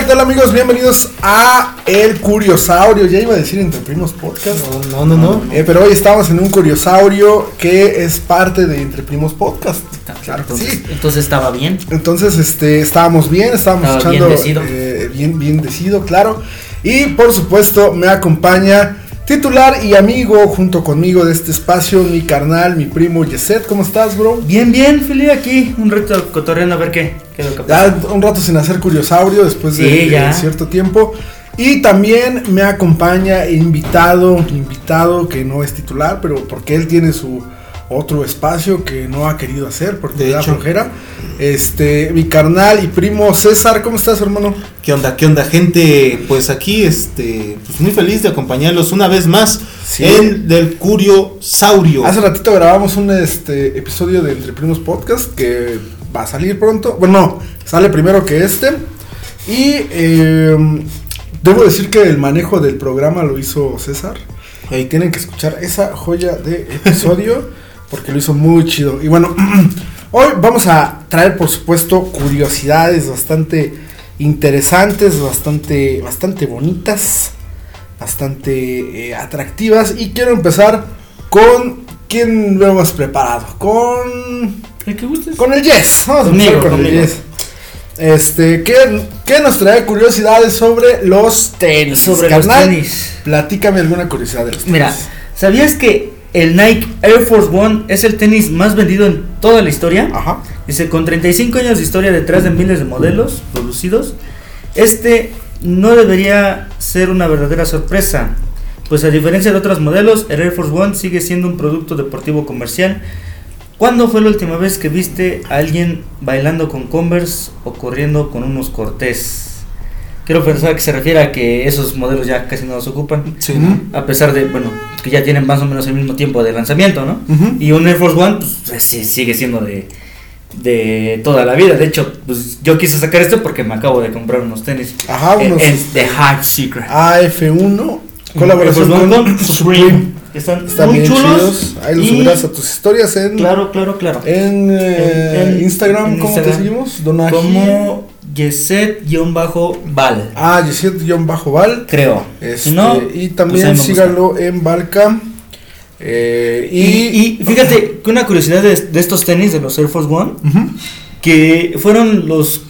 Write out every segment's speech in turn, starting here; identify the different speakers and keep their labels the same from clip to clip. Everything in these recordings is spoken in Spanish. Speaker 1: ¿qué tal amigos? Bienvenidos a El Curiosaurio. Ya iba a decir Entre Primos Podcast.
Speaker 2: No, no, no. no.
Speaker 1: Eh, pero hoy estamos en un Curiosaurio que es parte de Entre Primos Podcast. Claro que
Speaker 2: entonces,
Speaker 1: sí.
Speaker 2: entonces estaba bien.
Speaker 1: Entonces, este, estábamos bien, estábamos
Speaker 2: Estaba bien
Speaker 1: echando
Speaker 2: decido.
Speaker 1: eh, bien, bien decido, claro. Y por supuesto, me acompaña titular y amigo junto conmigo de este espacio, mi carnal, mi primo Yeset. ¿Cómo estás, bro?
Speaker 3: Bien, bien, Fili, aquí un reto cotorreando a ver qué. qué es lo que pasa.
Speaker 1: Ya Ah, un rato sin hacer curiosaurio después de,
Speaker 3: Sí,
Speaker 1: de
Speaker 3: ya.
Speaker 1: cierto tiempo. Y también me acompaña invitado, invitado que no es titular, pero porque él tiene su otro espacio que no ha querido hacer porque
Speaker 4: De
Speaker 1: le da
Speaker 4: hecho.
Speaker 1: flojera. Este, mi carnal y primo César, ¿cómo estás, hermano?
Speaker 4: ¿Qué onda? ¿Qué onda, gente? Pues aquí, este, pues muy feliz de acompañarlos una vez más
Speaker 1: Sí.
Speaker 4: en Del Curiosaurio.
Speaker 1: Hace ratito grabamos un este episodio de Entre Primos Podcast que va a salir pronto. Bueno, no, sale primero que este. Y eh, debo decir que el manejo del programa lo hizo César. Y
Speaker 4: Ey,
Speaker 1: tienen que escuchar esa joya de episodio porque lo hizo muy chido. Y bueno, hoy vamos a traer por supuesto curiosidades bastante interesantes, bastante, bastante bonitas, bastante eh, atractivas. Y quiero empezar con quién lo hemos preparado. Con
Speaker 3: El que gustes.
Speaker 1: con el Yes. Vamos a
Speaker 3: Conmigo,
Speaker 1: empezar con el
Speaker 3: conmigo.
Speaker 1: Yes. Este, ¿qué, qué nos trae curiosidades sobre los tenis?
Speaker 3: Sobre los
Speaker 1: carnal?
Speaker 3: tenis.
Speaker 1: Platícame alguna curiosidad de los tenis.
Speaker 3: Mira, ¿sabías que el Nike Air Force One es el tenis más vendido en toda la historia?
Speaker 1: Ajá.
Speaker 3: Dice, con 35 años de historia detrás de miles de modelos producidos, este no debería ser una verdadera sorpresa, pues a diferencia de otros modelos, el Air Force One sigue siendo un producto deportivo comercial. ¿Cuándo fue la última vez que viste a alguien bailando con Converse o corriendo con unos Cortés? Quiero pensar que se refiere a que esos modelos ya casi no los ocupan,
Speaker 4: Sí, ¿no?
Speaker 3: a pesar de, bueno, que ya tienen más o menos el mismo tiempo de lanzamiento, ¿no?
Speaker 1: Ujú.
Speaker 3: Y un Air Force One, pues, pues, sí, sigue siendo de, de toda la vida. De hecho, pues yo quise sacar esto porque me acabo de comprar unos tenis.
Speaker 1: Ajá, unos este,
Speaker 3: Eh, es The Hard Secret.
Speaker 1: AF1
Speaker 3: Air
Speaker 1: ah, colaboración
Speaker 3: Force
Speaker 1: con,
Speaker 3: One con
Speaker 1: Supreme.
Speaker 3: Supreme. Que Están,
Speaker 1: Están
Speaker 3: muy
Speaker 1: bien
Speaker 3: chulos.
Speaker 1: chidos. Ahí los
Speaker 3: y-
Speaker 1: subirás a tus historias en
Speaker 3: Claro, claro, claro.
Speaker 1: en, eh,
Speaker 3: En- en-
Speaker 1: Instagram,
Speaker 3: en
Speaker 1: ¿cómo
Speaker 3: Instagram.
Speaker 1: te seguimos? Donaji.
Speaker 3: Como Yeset-Val,
Speaker 1: Ah, bajo val
Speaker 3: creo.
Speaker 1: Este,
Speaker 3: si no,
Speaker 1: y
Speaker 3: pues ahí
Speaker 1: también
Speaker 3: me busca.
Speaker 1: síganlo en Balcam. Eh,
Speaker 3: Y, y fíjate que una curiosidad de, de estos tenis de los Air Force One
Speaker 1: Ujú.
Speaker 3: que fueron los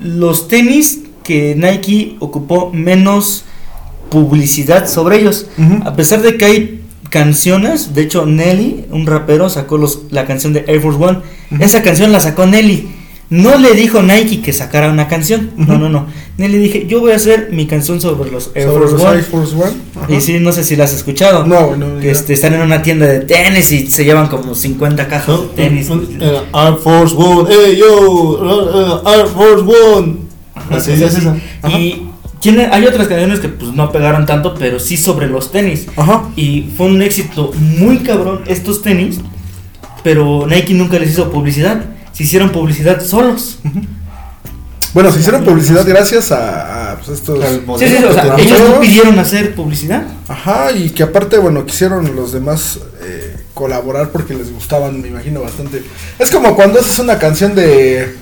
Speaker 3: los tenis que Nike ocupó menos publicidad sobre ellos.
Speaker 1: Ujú.
Speaker 3: A pesar de que hay canciones, de hecho Nelly, un rapero, sacó los, la canción de Air Force One.
Speaker 1: Ujú.
Speaker 3: Esa canción la sacó Nelly. No le dijo Nike que sacara una canción. No,
Speaker 1: Ujú.
Speaker 3: no, no. Nelly dije, yo voy a hacer mi canción sobre los Air
Speaker 1: sobre
Speaker 3: Force
Speaker 1: los
Speaker 3: One.
Speaker 1: Air Force One. Ajá.
Speaker 3: Y sí, no sé si la has escuchado.
Speaker 1: No, no,
Speaker 3: Que
Speaker 1: ya.
Speaker 3: este, están en una tienda de tenis y se llevan como 50 cajas
Speaker 4: Un-
Speaker 3: de tenis. pues,
Speaker 4: un- un- eh, Air Force One, hey yo, eh, eh, Air Force One.
Speaker 3: Ajá,
Speaker 4: Así
Speaker 3: o sea,
Speaker 4: es
Speaker 3: sí.
Speaker 4: esa. Ajá.
Speaker 3: Y tiene, hay otras canciones que pues no pegaron tanto, pero sí sobre los tenis.
Speaker 1: Ajá.
Speaker 3: Y fue un éxito muy cabrón estos tenis, pero Nike nunca les hizo publicidad. Se hicieron publicidad solos.
Speaker 1: Bueno, se hicieron publicidad gracias a, a, pues, estos.
Speaker 4: Al
Speaker 3: Sí,
Speaker 4: modelo
Speaker 3: sí, o
Speaker 4: que
Speaker 3: sea,
Speaker 4: te-
Speaker 3: ellos no
Speaker 1: Ajá.
Speaker 3: pidieron hacer publicidad.
Speaker 1: Ajá, y que aparte, bueno, quisieron los demás eh, colaborar porque les gustaban, me imagino, bastante. Es como cuando haces una canción de,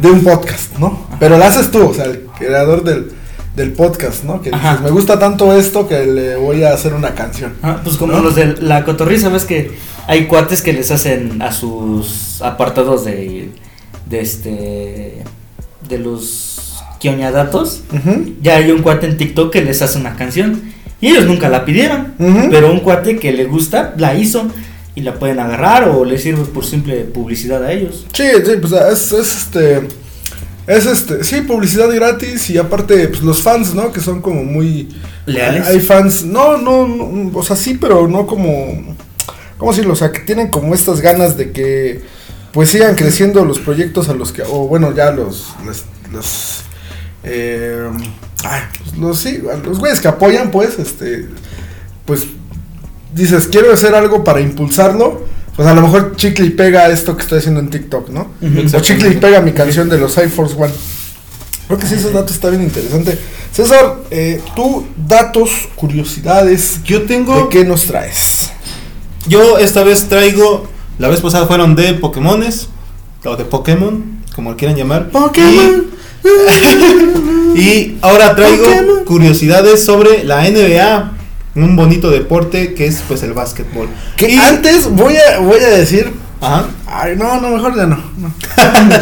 Speaker 1: de un podcast, ¿no? Pero la haces tú, o sea, el creador del, del podcast, ¿no? Que dices,
Speaker 3: Ajá.
Speaker 1: me gusta tanto esto que le voy a hacer una canción.
Speaker 3: Ah, pues como
Speaker 1: ¿No?
Speaker 3: los de la cotorriza, ves que hay cuates que les hacen a sus apartados de, de este de los quioñadatos.
Speaker 1: Ujú.
Speaker 3: Ya hay un cuate en TikTok que les hace una canción. Y ellos nunca la pidieron.
Speaker 1: Ujú.
Speaker 3: Pero un cuate que le gusta la hizo. Y la pueden agarrar o les sirve por simple publicidad a ellos.
Speaker 1: Sí, sí, pues es, es este. Es este, sí, publicidad gratis y aparte, pues los fans, ¿no? Que son como muy.
Speaker 3: ¿Leales?
Speaker 1: Hay fans, no, no, no, o sea, sí, pero no como. ¿Cómo decirlo? O sea, que tienen como estas ganas de que. Pues sigan creciendo los proyectos a los que. O bueno, ya los. Los. los, eh, ay, pues, los sí, a los güeyes que apoyan, pues, este. Pues dices, quiero hacer algo para impulsarlo, pues a lo mejor chicle y pega esto que estoy haciendo en TikTok, ¿no? O chicle y pega mi canción de los Air Force One. Creo que sí, esos datos está bien interesante. César, eh, tú, datos, curiosidades,
Speaker 4: Yo
Speaker 1: ¿de
Speaker 4: tengo,
Speaker 1: qué nos traes?
Speaker 4: yo esta vez traigo, la vez pasada fueron de Pokémones, o de Pokémon, como lo quieran llamar.
Speaker 1: Pokémon.
Speaker 4: Y Y ahora traigo
Speaker 1: Pokémon.
Speaker 4: curiosidades sobre la NBA, un bonito deporte que es pues el básquetbol.
Speaker 1: Que
Speaker 4: Y-
Speaker 1: antes voy a, voy a decir.
Speaker 4: Ajá.
Speaker 1: Ay, no, no, mejor ya no. no.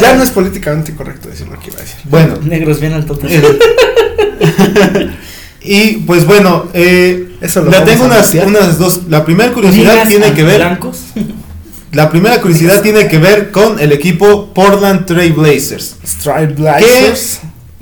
Speaker 1: ya no es políticamente correcto decir lo que iba a decir.
Speaker 4: Bueno.
Speaker 3: Negros bien al tope.
Speaker 4: el- y pues bueno, eh,
Speaker 1: Eso lo
Speaker 4: la
Speaker 1: vamos
Speaker 4: tengo
Speaker 1: a
Speaker 4: unas,
Speaker 1: anunciar.
Speaker 4: unas dos. La primera curiosidad
Speaker 3: Ligas
Speaker 4: tiene que ver.
Speaker 3: Blancos.
Speaker 4: La primera curiosidad tiene que ver con el equipo Portland Trail Blazers.
Speaker 1: Stripe Blazers.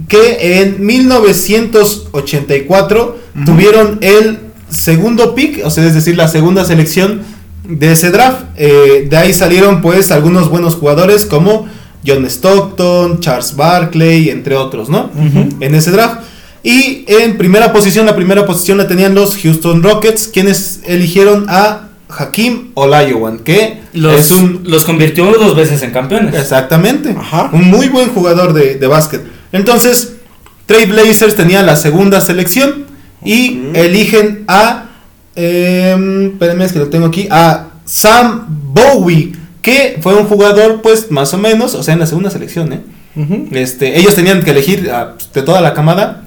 Speaker 4: que en 1984
Speaker 1: Ujú.
Speaker 4: tuvieron el segundo pick, o sea, es decir, la segunda selección de ese draft. Eh, de ahí salieron pues algunos buenos jugadores como John Stockton, Charles Barkley, entre otros, ¿no?
Speaker 1: Ujú.
Speaker 4: En ese draft. Y en primera posición, la primera posición la tenían los Houston Rockets, quienes eligieron a Hakim Olajuwon, que
Speaker 3: Los,
Speaker 4: es un
Speaker 3: los convirtió dos veces en campeones.
Speaker 4: Exactamente.
Speaker 1: Ajá.
Speaker 4: Un muy buen jugador de, de básquet. Entonces, Trail Blazers tenía la segunda selección y
Speaker 1: Ok.
Speaker 4: eligen a. em, espérenme, es que lo tengo aquí. A Sam Bowie, que fue un jugador, pues más o menos, o sea, en la segunda selección, ¿eh?
Speaker 1: Ujú.
Speaker 4: Este, ellos tenían que elegir ah, pues, de toda la camada.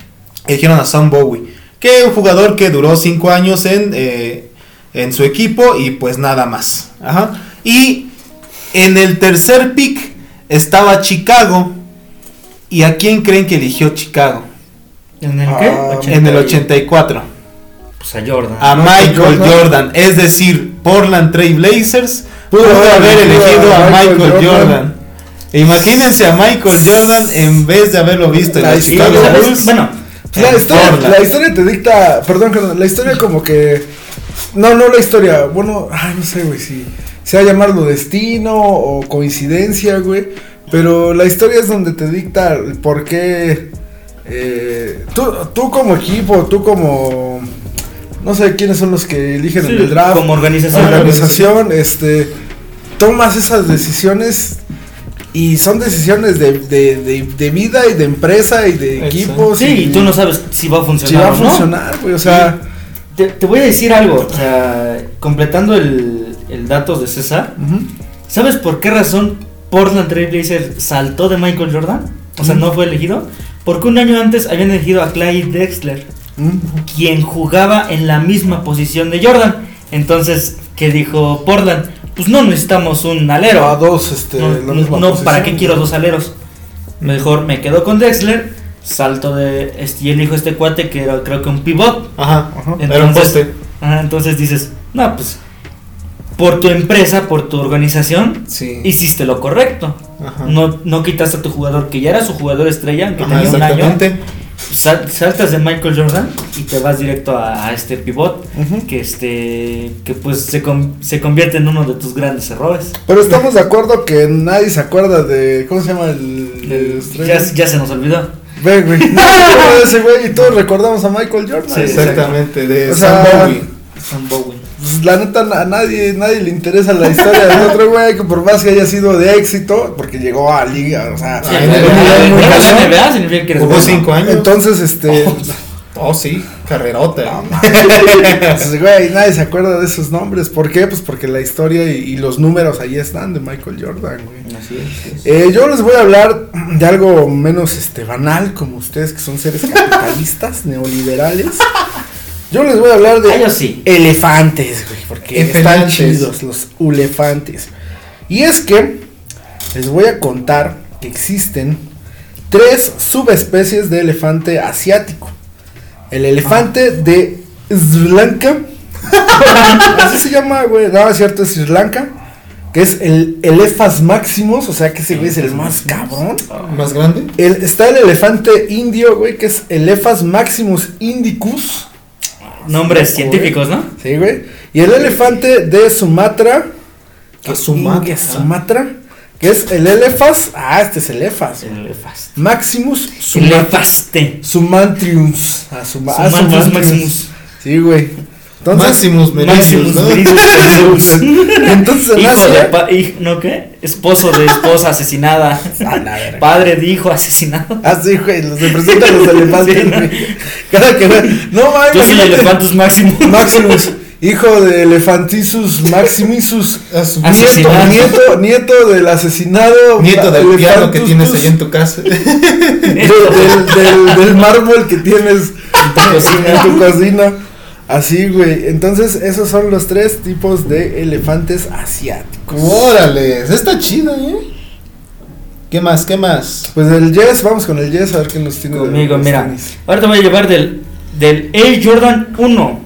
Speaker 4: Eligieron a Sam Bowie, que es un jugador que duró 5 años en, eh, en su equipo y pues nada más. Ajá. Y en el tercer pick estaba Chicago. ¿Y a quién creen que eligió Chicago?
Speaker 3: ¿En el qué?
Speaker 1: Ah,
Speaker 3: Ochenta
Speaker 4: En el Ah,
Speaker 3: y-
Speaker 4: 84.
Speaker 3: Pues a Jordan.
Speaker 4: A
Speaker 1: Michael
Speaker 4: Michael
Speaker 1: Jordan.
Speaker 4: Jordan. Es decir, Portland Trail Blazers
Speaker 1: Pudo
Speaker 4: pudo haber
Speaker 1: haber
Speaker 4: elegido a Michael Jordan. Imagínense a Michael Jordan en vez de haberlo visto en
Speaker 1: La
Speaker 4: los
Speaker 3: Y,
Speaker 4: Chicago
Speaker 1: historia-
Speaker 3: ¿sabes?
Speaker 4: Bulls.
Speaker 3: Bueno,
Speaker 1: Pues La
Speaker 4: en
Speaker 1: historia,
Speaker 4: Portland.
Speaker 1: la historia te dicta, perdón, carnal, la historia como que, no, no la historia, bueno, ay, no sé, güey, si sea llamarlo destino o coincidencia, güey, pero la historia es donde te dicta el por qué, eh, tú, tú como equipo, tú como, no sé quiénes son los que eligen en
Speaker 3: sí,
Speaker 1: el draft,
Speaker 3: como organización.
Speaker 1: organización, este, tomas esas decisiones y son decisiones de, de- de- de vida y de empresa y de
Speaker 4: Exacto.
Speaker 1: equipos.
Speaker 3: Sí, y tú no sabes si va a funcionar.
Speaker 1: si va a
Speaker 3: o no.
Speaker 1: funcionar, güey, o sea,
Speaker 3: Te, te voy a decir algo, o sea, completando el, el dato de César,
Speaker 1: ujú.
Speaker 3: ¿sabes por qué razón Portland Trail Blazers saltó de Michael Jordan? O sea, no fue elegido. Porque un año antes habían elegido a Clyde Drexler,
Speaker 1: Mm.
Speaker 3: quien jugaba en la misma posición de Jordan. Entonces, ¿qué dijo Portland? Pues no necesitamos un
Speaker 1: Pero a
Speaker 3: alero.
Speaker 1: dos, este,
Speaker 3: No,
Speaker 1: la
Speaker 3: no,
Speaker 1: misma
Speaker 3: no,
Speaker 1: posición.
Speaker 3: ¿para qué quiero dos aleros? Mejor me quedo con Drexler, salto de... Este, y elijo este cuate que era creo que un pivot.
Speaker 4: Ajá.
Speaker 1: Ajá.
Speaker 4: Era un
Speaker 3: Entonces-
Speaker 4: poste.
Speaker 3: Ajá, entonces dices, no, pues por tu empresa, por tu organización,
Speaker 4: Sí.
Speaker 3: hiciste lo correcto.
Speaker 4: Ajá.
Speaker 3: No, no quitaste a tu jugador que ya era su jugador estrella, que
Speaker 4: Ajá,
Speaker 3: tenía un año.
Speaker 4: exactamente.
Speaker 3: Sal- saltas de Michael Jordan y te vas directo a, a este pivot
Speaker 1: Ujú.
Speaker 3: que este que pues se, con- se convierte en uno de tus grandes errores.
Speaker 1: Pero estamos de acuerdo que nadie se acuerda de, ¿cómo se llama el? el
Speaker 3: Ya, ya se nos olvidó.
Speaker 1: Ve, güey, nadie se acuerda de ese güey y todos recordamos a Michael Jordan.
Speaker 3: Sí,
Speaker 1: güey.
Speaker 4: Exactamente. De
Speaker 1: O
Speaker 4: Sam
Speaker 1: sea,
Speaker 4: Bowie.
Speaker 3: Son Bowen.
Speaker 1: Pues, la neta, na- a nadie, nadie le interesa la historia del otro güey, que por más que haya sido de éxito, porque llegó a liga, o sea,
Speaker 4: Sí,
Speaker 1: a
Speaker 4: en
Speaker 1: un
Speaker 4: el-
Speaker 1: nivel
Speaker 4: en
Speaker 1: muy
Speaker 4: el-
Speaker 1: cabrón.
Speaker 4: en
Speaker 3: NBA significa que eres
Speaker 4: Jugó
Speaker 3: bueno.
Speaker 4: cinco años.
Speaker 1: Entonces, este,
Speaker 4: Oh, sí. Carrerota.
Speaker 1: pues, güey, nadie se acuerda de esos nombres. ¿Por qué? Pues porque la historia y, y los números ahí están de Michael Jordan, güey.
Speaker 3: Así es.
Speaker 1: Eh, yo les voy a hablar de algo menos este banal como ustedes que son seres capitalistas neoliberales. Yo les voy a hablar de
Speaker 3: Ah, yo sí.
Speaker 1: elefantes, güey, porque están
Speaker 4: Elefantes.
Speaker 1: chidos los elefantes. Y es que les voy a contar que existen tres subespecies de elefante asiático. El elefante de Sri Lanka. Así se llama, güey. No, es cierto, es Sri Lanka. Que es el Elefas Maximus, o sea que ese güey es el más cabrón.
Speaker 4: Más grande.
Speaker 1: El- está el elefante indio, güey, que es Elefas Maximus Indicus.
Speaker 3: Nombres
Speaker 1: Güey.
Speaker 3: científicos, ¿no?
Speaker 1: Sí, güey. Y el elefante de Sumatra.
Speaker 4: A
Speaker 3: Ah,
Speaker 4: Sumatra.
Speaker 1: Ingue- Sumatra. Que es el Elefas. Ah, este es Elefas. güey.
Speaker 3: Elefaste.
Speaker 1: Maximus Sumatra.
Speaker 3: Elefaste.
Speaker 1: Sumantriums. Ah, Suma- ah,
Speaker 3: Sumantriums
Speaker 1: Sumantriums.
Speaker 3: Maximus.
Speaker 1: Sí, güey. Entonces,
Speaker 4: Maximus Meridius,
Speaker 3: Maximus
Speaker 4: ¿no?
Speaker 3: Meridius.
Speaker 1: entonces en
Speaker 3: Hijo de
Speaker 1: Asia-
Speaker 3: pa- hij- ¿no qué? Esposo de esposa asesinada.
Speaker 1: A Ah, la verga.
Speaker 3: Padre de hijo asesinado.
Speaker 1: Así, güey, los representan los elefantes,
Speaker 3: Sí, ¿no?
Speaker 1: güey. Cada que ve- No mames.
Speaker 3: Yo soy
Speaker 1: imagínate.
Speaker 3: Elefantus Maximus.
Speaker 1: Maximus. hijo de Elefantisus Maximisus, nieto,
Speaker 3: Asesinado.
Speaker 1: nieto, nieto del asesinado,
Speaker 4: Nieto del piano que tienes
Speaker 1: Elefantustus,
Speaker 4: allá en tu casa.
Speaker 1: del, del- del- del mármol que tienes en tu cocina. Así, güey. Entonces, esos son los tres tipos de elefantes asiáticos.
Speaker 4: Órale, está chida, ¿eh? ¿Qué más? ¿Qué más?
Speaker 1: Pues el Jess, vamos con el Jess a ver qué nos tiene. de
Speaker 3: Conmigo,
Speaker 1: los
Speaker 3: mira.
Speaker 1: tenis.
Speaker 3: Ahora te voy a llevar del, del Air Jordan 1,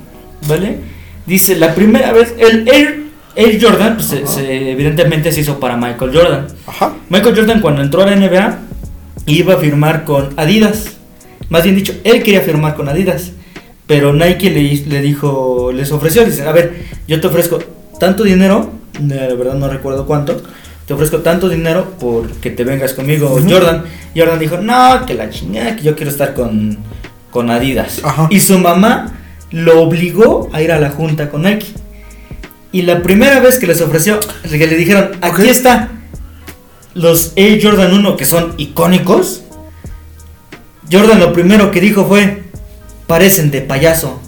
Speaker 3: ¿vale? Dice, la primera vez, el Air, Air Jordan, pues, se- se- evidentemente se hizo para Michael Jordan.
Speaker 1: Ajá.
Speaker 3: Michael Jordan cuando entró a la NBA iba a firmar con Adidas. Más bien dicho, él quería firmar con Adidas. Pero Nike le, hi- le dijo, les ofreció, dice, a ver, yo te ofrezco tanto dinero, de la verdad no recuerdo cuánto, te ofrezco tanto dinero porque te vengas conmigo, Jordan. Jordan dijo, no, que la chingada, que yo quiero estar con, con Adidas.
Speaker 1: Ajá.
Speaker 3: Y su mamá lo obligó a ir a la junta con Nike. Y la primera vez que les ofreció, que le dijeron, aquí
Speaker 1: Ok.
Speaker 3: está, los Air Jordan 1 que son icónicos, Jordan lo primero que dijo fue, parecen de payaso.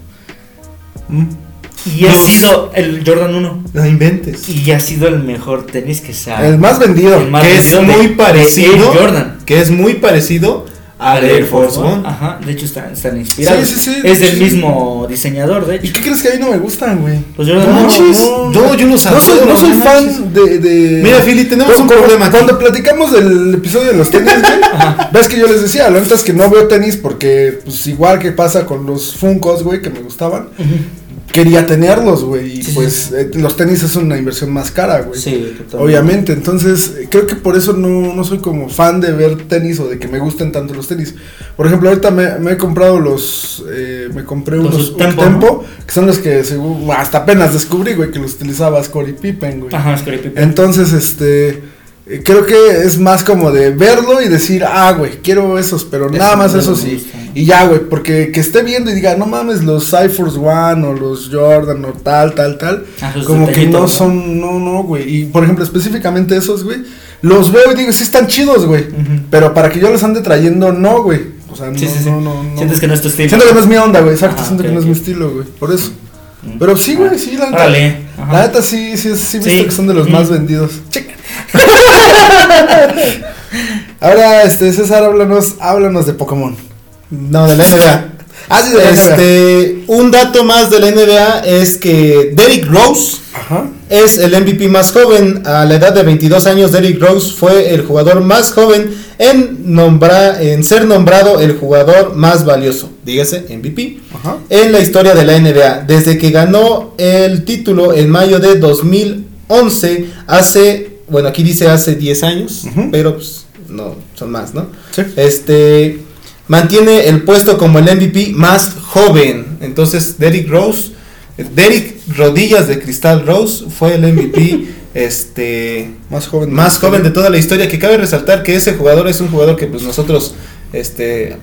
Speaker 3: Y ha
Speaker 4: Los-
Speaker 3: sido el Jordan 1.
Speaker 4: No inventes.
Speaker 3: Y ha sido el mejor tenis que se ha...
Speaker 1: El más vendido.
Speaker 3: El más
Speaker 4: que es
Speaker 3: vendido de-
Speaker 4: muy
Speaker 3: de
Speaker 4: parecido.
Speaker 3: Air Jordan. Ah.
Speaker 4: Que es muy parecido al Air Force One.
Speaker 3: Ajá, de hecho están, están inspirados.
Speaker 1: Sí, sí, sí,
Speaker 3: es del
Speaker 1: sí.
Speaker 3: mismo diseñador, de
Speaker 1: ¿Y
Speaker 3: hecho.
Speaker 1: qué crees que a mí no me gustan, güey?
Speaker 3: Los Jordan
Speaker 4: No,
Speaker 3: 1.
Speaker 4: manches. no, yo los
Speaker 1: No soy,
Speaker 4: adoro,
Speaker 1: no soy
Speaker 4: no
Speaker 1: fan
Speaker 4: manches.
Speaker 1: de, de-
Speaker 4: Mira, Philly, tenemos
Speaker 1: Cu-
Speaker 4: un
Speaker 1: cu-
Speaker 4: problema aquí.
Speaker 1: Cuando platicamos del episodio de los tenis, güey, ves que yo les decía, la neta es que no veo tenis porque, pues, igual que pasa con los Funkos, güey, que me gustaban, quería tenerlos, güey, y
Speaker 3: Sí, sí.
Speaker 1: pues eh, los tenis es una inversión más cara, güey.
Speaker 3: Sí, totalmente.
Speaker 1: Obviamente, entonces eh, creo que por eso no, no soy como fan de ver tenis o de que me gusten tanto los tenis. Por ejemplo, ahorita me, me he comprado los. eh, me compré
Speaker 3: Los
Speaker 1: unos
Speaker 3: Tempo,
Speaker 1: Tempo, que son los que según- hasta apenas descubrí, güey, que los utilizaba Scottie Pippen, güey.
Speaker 3: Ajá, es creepy.
Speaker 1: Entonces, este. eh, Creo que es más como de verlo y decir, ah, güey, quiero esos, pero
Speaker 3: Eso
Speaker 1: nada más
Speaker 3: no
Speaker 1: eso
Speaker 3: me
Speaker 1: sí.
Speaker 3: gusta.
Speaker 1: Y ya, güey, porque que esté viendo y diga, no mames, los Cyphers One o los Jordan o tal, tal, tal.
Speaker 3: Ah, sus
Speaker 1: como que
Speaker 3: detallitos,
Speaker 1: no
Speaker 3: ¿no?
Speaker 1: son, no, no, güey. Y por ejemplo, específicamente esos, güey, los veo y digo, sí están chidos, güey.
Speaker 3: Ujú.
Speaker 1: Pero para que yo los ande trayendo, no, güey. O sea, no,
Speaker 3: Sí, sí, sí.
Speaker 1: no, no, no.
Speaker 3: Sientes que no es tu estilo.
Speaker 1: Siento que no es mi onda, güey, exacto.
Speaker 3: Ajá,
Speaker 1: siento
Speaker 3: ok,
Speaker 1: que no
Speaker 3: ok.
Speaker 1: es mi estilo, güey. Por eso. Pero sí, güey, sí, la neta.
Speaker 3: Órale. Ajá.
Speaker 1: La neta sí, sí, sí, he visto
Speaker 3: Sí.
Speaker 1: que son de los
Speaker 3: Mm.
Speaker 1: más vendidos. Checa. Ahora, este, César, háblanos, háblanos de Pokémon.
Speaker 4: No, de la NBA.
Speaker 1: Ah, sí, de la
Speaker 4: este, un dato más de la NBA es que Derrick Rose
Speaker 1: Ajá.
Speaker 4: es el MVP más joven. A la edad de 22 años, Derrick Rose fue el jugador más joven en, nombra- en ser nombrado el jugador más valioso. Dígase, MVP.
Speaker 1: Ajá.
Speaker 4: en la historia de la NBA. Desde que ganó el título en mayo de 2011, hace, bueno, aquí dice hace 10 años,
Speaker 1: Ujú.
Speaker 4: pero pues, no, son más, ¿no?
Speaker 1: Sí.
Speaker 4: Este, mantiene el puesto como el MVP más joven. Entonces, Derrick Rose, eh, Derrick Rodillas de Cristal Rose fue el MVP, este,
Speaker 1: Más joven. de
Speaker 4: más
Speaker 1: la
Speaker 4: joven de
Speaker 1: historia.
Speaker 4: toda la historia, que cabe resaltar que ese jugador es un jugador que pues nosotros este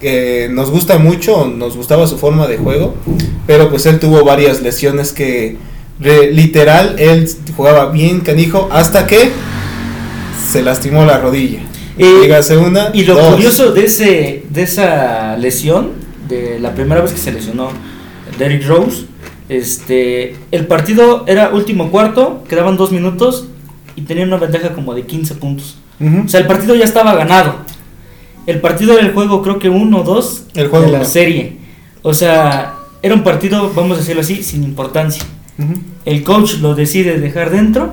Speaker 4: que nos gusta mucho, nos gustaba su forma de juego, pero pues él tuvo varias lesiones que re- literal él jugaba bien canijo hasta que se lastimó la rodilla.
Speaker 3: Y-
Speaker 4: Dígase una,
Speaker 3: Eh, Y lo
Speaker 4: dos.
Speaker 3: curioso de ese de esa lesión, de la primera vez que se lesionó Derrick Rose, este, el partido era último cuarto, quedaban dos minutos y tenía una ventaja como de 15 puntos.
Speaker 1: Ujú.
Speaker 3: O sea, el partido ya estaba ganado. El partido del juego creo que uno o dos
Speaker 4: El juego
Speaker 3: de la
Speaker 4: uno.
Speaker 3: serie. O sea, era un partido, vamos a decirlo así, sin importancia.
Speaker 1: Ujú.
Speaker 3: El coach lo decide dejar dentro.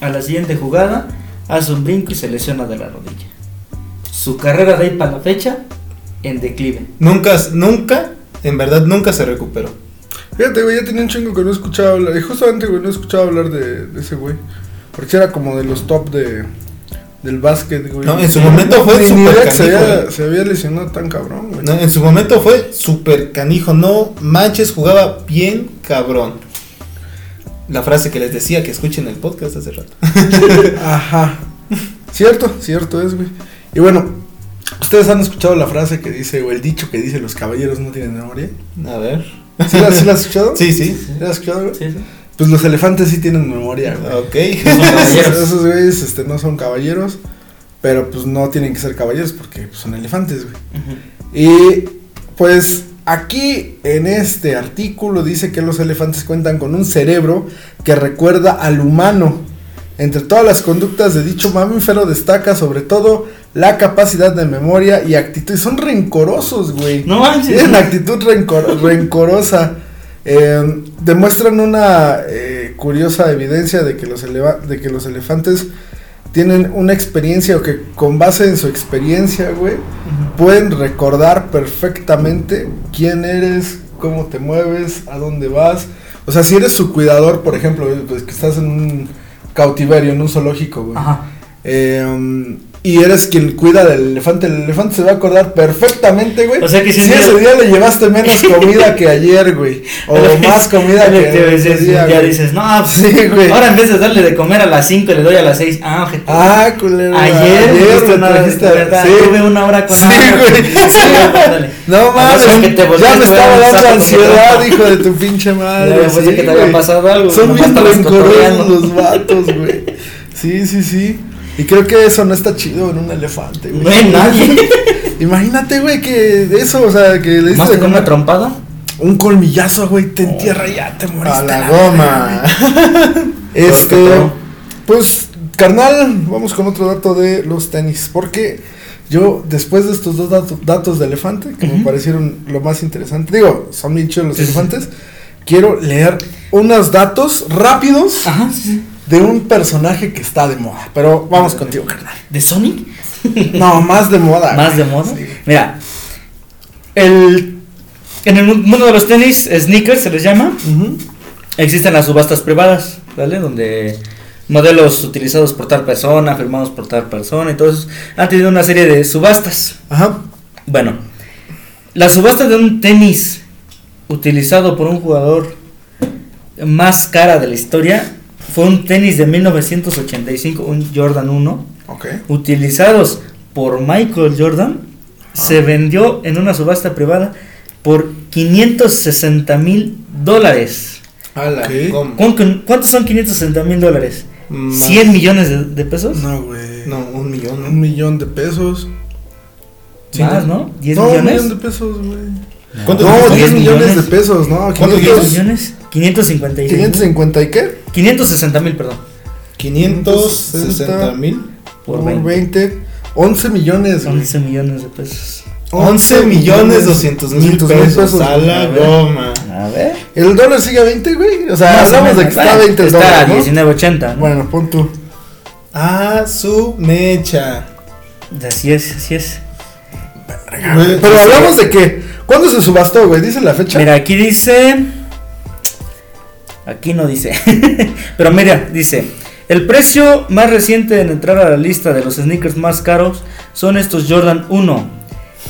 Speaker 3: A la siguiente jugada hace un brinco y se lesiona de la rodilla. Su carrera de ahí para la fecha en declive.
Speaker 4: nunca nunca en verdad nunca se recuperó.
Speaker 1: Fíjate, güey, ya tenía un chingo que no escuchaba hablar. Y justamente, güey, no escuchaba hablar de, de ese güey. Porque era como de los top de del básquet, güey.
Speaker 4: No, en su momento fue
Speaker 1: Ni- ni idea
Speaker 4: súper
Speaker 1: que se
Speaker 4: canijo,
Speaker 1: había,
Speaker 4: güey.
Speaker 1: se había lesionado tan cabrón, güey.
Speaker 4: No, en su momento fue super canijo, no manches, jugaba bien cabrón. La frase que les decía que escuchen el podcast hace rato.
Speaker 1: Ajá. Cierto, cierto es, güey. Y bueno, ustedes han escuchado la frase que dice, o el dicho que dice, los caballeros no tienen memoria.
Speaker 4: A ver.
Speaker 1: ¿Sí la, sí la has escuchado?
Speaker 4: Sí, sí.
Speaker 1: ¿Sí la has escuchado, güey?
Speaker 3: ¿Sí? sí.
Speaker 1: Pues los elefantes sí tienen memoria, güey.
Speaker 4: Ok.
Speaker 3: Son
Speaker 1: Esos,
Speaker 3: caballeros.
Speaker 1: esos güeyes este, no son caballeros, pero pues no tienen que ser caballeros porque pues, son elefantes, güey.
Speaker 3: Ujú.
Speaker 1: Y pues Aquí en este artículo dice que los elefantes cuentan con un cerebro que recuerda al humano. Entre todas las conductas de dicho mamífero destaca sobre todo la capacidad de memoria y actitud. Son rencorosos, güey.
Speaker 3: No manches.
Speaker 1: Tienen actitud rencor- rencorosa. Eh, demuestran una eh, curiosa evidencia de que, los eleva- de que los elefantes tienen una experiencia o que con base en su experiencia, güey, pueden recordar perfectamente quién eres, cómo te mueves, a dónde vas. O sea, si eres su cuidador, por ejemplo, güey, pues que estás en un cautiverio, en un zoológico, güey.
Speaker 3: Ajá.
Speaker 1: Eh, y eres quien cuida del elefante. El elefante se va a acordar perfectamente, güey.
Speaker 3: O sea que si un día-
Speaker 1: ese día le llevaste menos comida que ayer, güey. O más comida que
Speaker 3: Te
Speaker 1: ese
Speaker 3: dices,
Speaker 1: día,
Speaker 3: Ya
Speaker 1: güey.
Speaker 3: dices, no, pues,
Speaker 1: Sí, güey.
Speaker 3: ahora en vez de darle de comer a las 5, le doy a las 6. Ah, ojete.
Speaker 1: Ah, culero.
Speaker 3: Ayer,
Speaker 1: ayer
Speaker 3: tuviste
Speaker 1: me
Speaker 3: una,
Speaker 1: trajiste-
Speaker 3: ¿verdad?
Speaker 1: sí.
Speaker 3: tuve una hora con
Speaker 1: Sí,
Speaker 3: hambre.
Speaker 1: güey.
Speaker 3: Sí, ándale.
Speaker 1: No
Speaker 3: A no
Speaker 1: mames,
Speaker 3: ser que te
Speaker 1: ya
Speaker 3: voltees,
Speaker 1: me
Speaker 3: güey,
Speaker 1: estaba
Speaker 3: un
Speaker 1: dando
Speaker 3: sapo
Speaker 1: ansiedad,
Speaker 3: completo.
Speaker 1: hijo de tu pinche
Speaker 3: Ya
Speaker 1: madre.
Speaker 3: me pensé que te
Speaker 1: güey.
Speaker 3: había pasado algo,
Speaker 1: Son
Speaker 3: nomás
Speaker 1: bien
Speaker 3: estabas
Speaker 1: rencorosos
Speaker 3: cotorreando.
Speaker 1: los vatos, güey. Sí, sí, sí. Y creo que eso no está chido en un elefante, güey.
Speaker 3: No hay nadie.
Speaker 1: Imagínate, güey, que eso, o sea, que le
Speaker 3: ¿Más
Speaker 1: diste
Speaker 3: que
Speaker 1: de
Speaker 3: con una
Speaker 1: comer
Speaker 3: trompada?
Speaker 1: un colmillazo, güey, te entierra y ya te moriste.
Speaker 4: A la goma.
Speaker 1: Este,
Speaker 4: Creo que no.
Speaker 1: pues, carnal, vamos con otro dato de los tenis. Porque yo, después de estos dos dato- datos de elefante, que me
Speaker 3: Ujú.
Speaker 1: parecieron lo más interesante, digo, son bien chidos los
Speaker 3: Sí, sí, sí.
Speaker 1: elefantes, quiero leer unos datos rápidos
Speaker 3: Ajá, sí, sí.
Speaker 1: de un personaje que está de moda. Pero vamos contigo, carnal.
Speaker 3: ¿De Sonic?
Speaker 1: No, más de moda.
Speaker 3: Más de
Speaker 1: güey.
Speaker 3: moda.
Speaker 1: Sí.
Speaker 3: Mira, el, en el mu- mundo de los tenis, sneakers se les llama,
Speaker 1: Ujú.
Speaker 3: existen las subastas privadas, ¿vale? Donde modelos utilizados por tal persona, firmados por tal persona, entonces han tenido una serie de subastas.
Speaker 1: Ajá.
Speaker 3: Bueno, la subasta de un tenis utilizado por un jugador más cara de la historia fue un tenis de 1985, un Jordan 1,
Speaker 1: Ok.
Speaker 3: utilizados por Michael Jordan,
Speaker 1: Ah.
Speaker 3: se vendió en una subasta privada por 560 mil dólares.
Speaker 4: A la
Speaker 1: Ok.
Speaker 4: goma.
Speaker 3: ¿Cuán- con- ¿Cuántos son 560 mil dólares?
Speaker 4: Más-
Speaker 3: ¿100 millones de, de pesos?
Speaker 1: No, güey.
Speaker 4: No, un millón.
Speaker 1: Un millón de pesos.
Speaker 4: Sí,
Speaker 3: Más, ¿no? ¿10
Speaker 1: no, un
Speaker 3: millones?
Speaker 1: millón de pesos, güey.
Speaker 4: ¿Cuántos
Speaker 1: No,
Speaker 4: dijiste?
Speaker 1: 10 millones, de
Speaker 3: millones.
Speaker 1: pesos, ¿no?
Speaker 4: ¿Cuántos
Speaker 1: 500,
Speaker 4: dijiste?
Speaker 3: millones? 556.
Speaker 1: 550 y qué?
Speaker 3: 560 mil, perdón.
Speaker 4: 560 mil.
Speaker 1: Por
Speaker 3: Por
Speaker 1: 20.
Speaker 3: 20.
Speaker 1: 11 millones, güey.
Speaker 3: 11 millones de pesos.
Speaker 4: 11 millones 200 mil
Speaker 1: 500 mil
Speaker 4: pesos.
Speaker 1: pesos.
Speaker 4: A la
Speaker 3: A ver.
Speaker 4: goma.
Speaker 3: A ver.
Speaker 1: El dólar sigue a 20, güey. O sea,
Speaker 3: Más o
Speaker 1: hablamos de
Speaker 3: menos,
Speaker 1: que está a
Speaker 3: ¿eh?
Speaker 1: 20 el
Speaker 3: Está
Speaker 1: dólar,
Speaker 3: a
Speaker 1: ¿no?
Speaker 3: 19.80. ¿no?
Speaker 1: Bueno, pon tú.
Speaker 4: A su mecha.
Speaker 3: Así es, así es.
Speaker 1: Pero hablamos de qué. ¿Cuándo se subastó, güey? Dice la fecha.
Speaker 3: Mira, aquí dice. Aquí no dice. Pero mira, dice. El precio más reciente en entrar a la lista de los sneakers más caros son estos Jordan 1.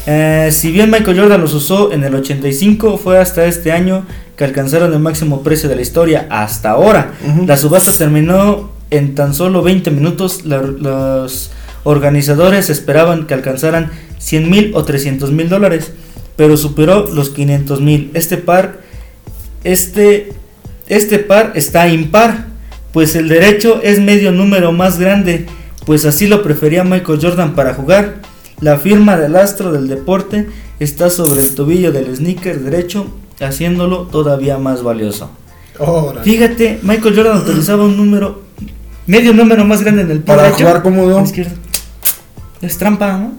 Speaker 3: Eh, si bien Michael Jordan los usó en el 85, fue hasta este año que alcanzaron el máximo precio de la historia hasta ahora.
Speaker 1: Ujú.
Speaker 3: La subasta terminó en tan solo 20 minutos. La- los organizadores esperaban que alcanzaran 100 mil o 300 mil dólares, pero superó los 500 mil. Este par, este, este par está impar, pues el derecho es medio número más grande, pues así lo prefería Michael Jordan para jugar. La firma del astro del deporte está sobre el tobillo del sneaker derecho, haciéndolo todavía más valioso.
Speaker 4: Órale.
Speaker 3: Fíjate, Michael Jordan utilizaba un número, medio número más grande en el pie
Speaker 1: Para
Speaker 3: derecho.
Speaker 1: jugar cómodo.
Speaker 3: Izquierdo. Es trampa, ¿no?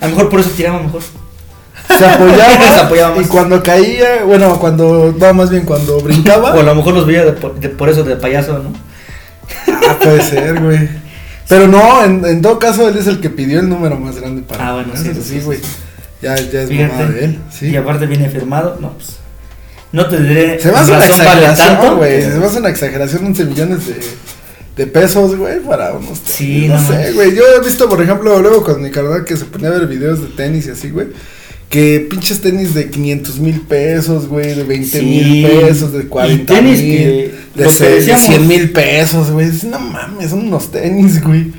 Speaker 3: A lo mejor por eso tiraba mejor.
Speaker 1: Se
Speaker 3: Nos
Speaker 1: apoyaba.
Speaker 3: apoyábamos.
Speaker 1: y cuando caía, bueno, cuando, no, más bien cuando brincaba.
Speaker 3: O a lo mejor los veía de por, de por eso de payaso, ¿no?
Speaker 1: Ah, puede ser, güey. Pero no, en, en todo caso, él es el que pidió el número más grande para.
Speaker 3: Ah, bueno, sí,
Speaker 1: Eso
Speaker 3: sí, sí,
Speaker 1: güey. Ya, ya es
Speaker 3: Fíjate.
Speaker 1: mamada de él. Sí.
Speaker 3: Y aparte viene firmado. No, pues. No te diré.
Speaker 1: Se me hace una
Speaker 3: razón vale tanto,
Speaker 1: exageración, güey.
Speaker 3: pero-
Speaker 1: Se me hace una exageración 11 millones de, de pesos, güey, para unos tenis.
Speaker 3: Sí,
Speaker 1: no,
Speaker 3: no
Speaker 1: sé,
Speaker 3: mames.
Speaker 1: güey. Yo he visto, por ejemplo, luego con mi carnal que se ponía a ver videos de tenis y así, güey. Que pinches tenis de 500 mil pesos, güey, de 20
Speaker 3: Sí.
Speaker 1: mil pesos, de 40
Speaker 3: Y tenis
Speaker 1: mil,
Speaker 3: que-
Speaker 1: de
Speaker 3: lo que
Speaker 1: ce- de
Speaker 3: decíamos.
Speaker 1: 100 mil pesos, güey. Dices, No mames, son unos tenis, güey.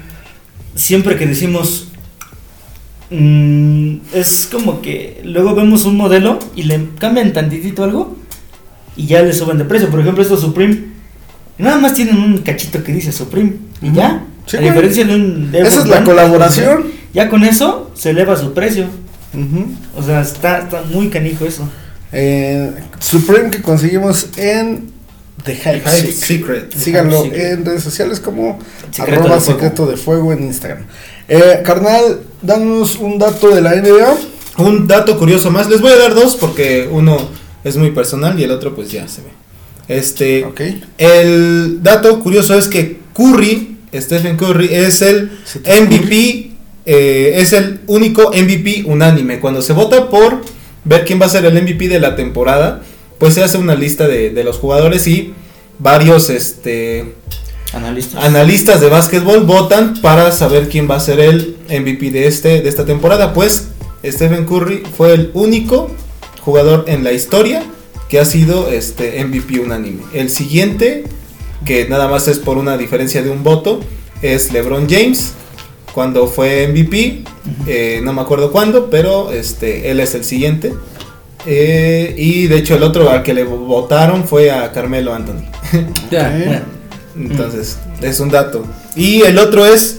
Speaker 3: siempre que decimos mm, es como que luego vemos un modelo y le cambian tantitito algo y ya le suben de precio. Por ejemplo, estos Supreme nada más tienen un cachito que dice Supreme y ya.
Speaker 1: Sí,
Speaker 3: a
Speaker 1: güey.
Speaker 3: diferencia de un Air
Speaker 1: Esa es
Speaker 3: Force
Speaker 1: la
Speaker 3: One,
Speaker 1: colaboración.
Speaker 3: Ya con eso se eleva su precio.
Speaker 1: Ujú.
Speaker 3: O sea, está, está muy canijo eso.
Speaker 1: Eh, Supreme que conseguimos en The Hype
Speaker 4: Hype
Speaker 1: Sick.
Speaker 4: Secret.
Speaker 1: Síganlo
Speaker 3: Secret.
Speaker 1: en redes sociales como
Speaker 3: Secreto
Speaker 1: arroba
Speaker 3: de Fuego.
Speaker 1: secreto de fuego en Instagram. Eh, carnal, danos un dato de la NBA.
Speaker 4: Un dato curioso más, les voy a dar dos porque uno es muy personal y el otro pues ya se ve. Este,
Speaker 1: Ok.
Speaker 4: el dato curioso es que Curry, Stephen Curry, es el
Speaker 1: Se te-
Speaker 4: MVP, eh, es el único MVP unánime. Cuando se vota por ver quién va a ser el MVP de la temporada, pues se hace una lista de, de los jugadores y varios este,
Speaker 2: Analistas.
Speaker 4: analistas de básquetbol votan para saber quién va a ser el MVP de, este, de esta temporada. Pues Stephen Curry fue el único jugador en la historia que ha sido este MVP unánime. El siguiente, que nada más es por una diferencia de un voto, es LeBron James. Cuando fue MVP, eh, no me acuerdo cuándo, pero este, él es el siguiente. Eh, y de hecho el otro al que le votaron fue a Carmelo Anthony.
Speaker 2: Ya,
Speaker 1: Ok.
Speaker 2: bueno.
Speaker 4: Entonces,
Speaker 1: Mm.
Speaker 4: es un dato. Y el otro es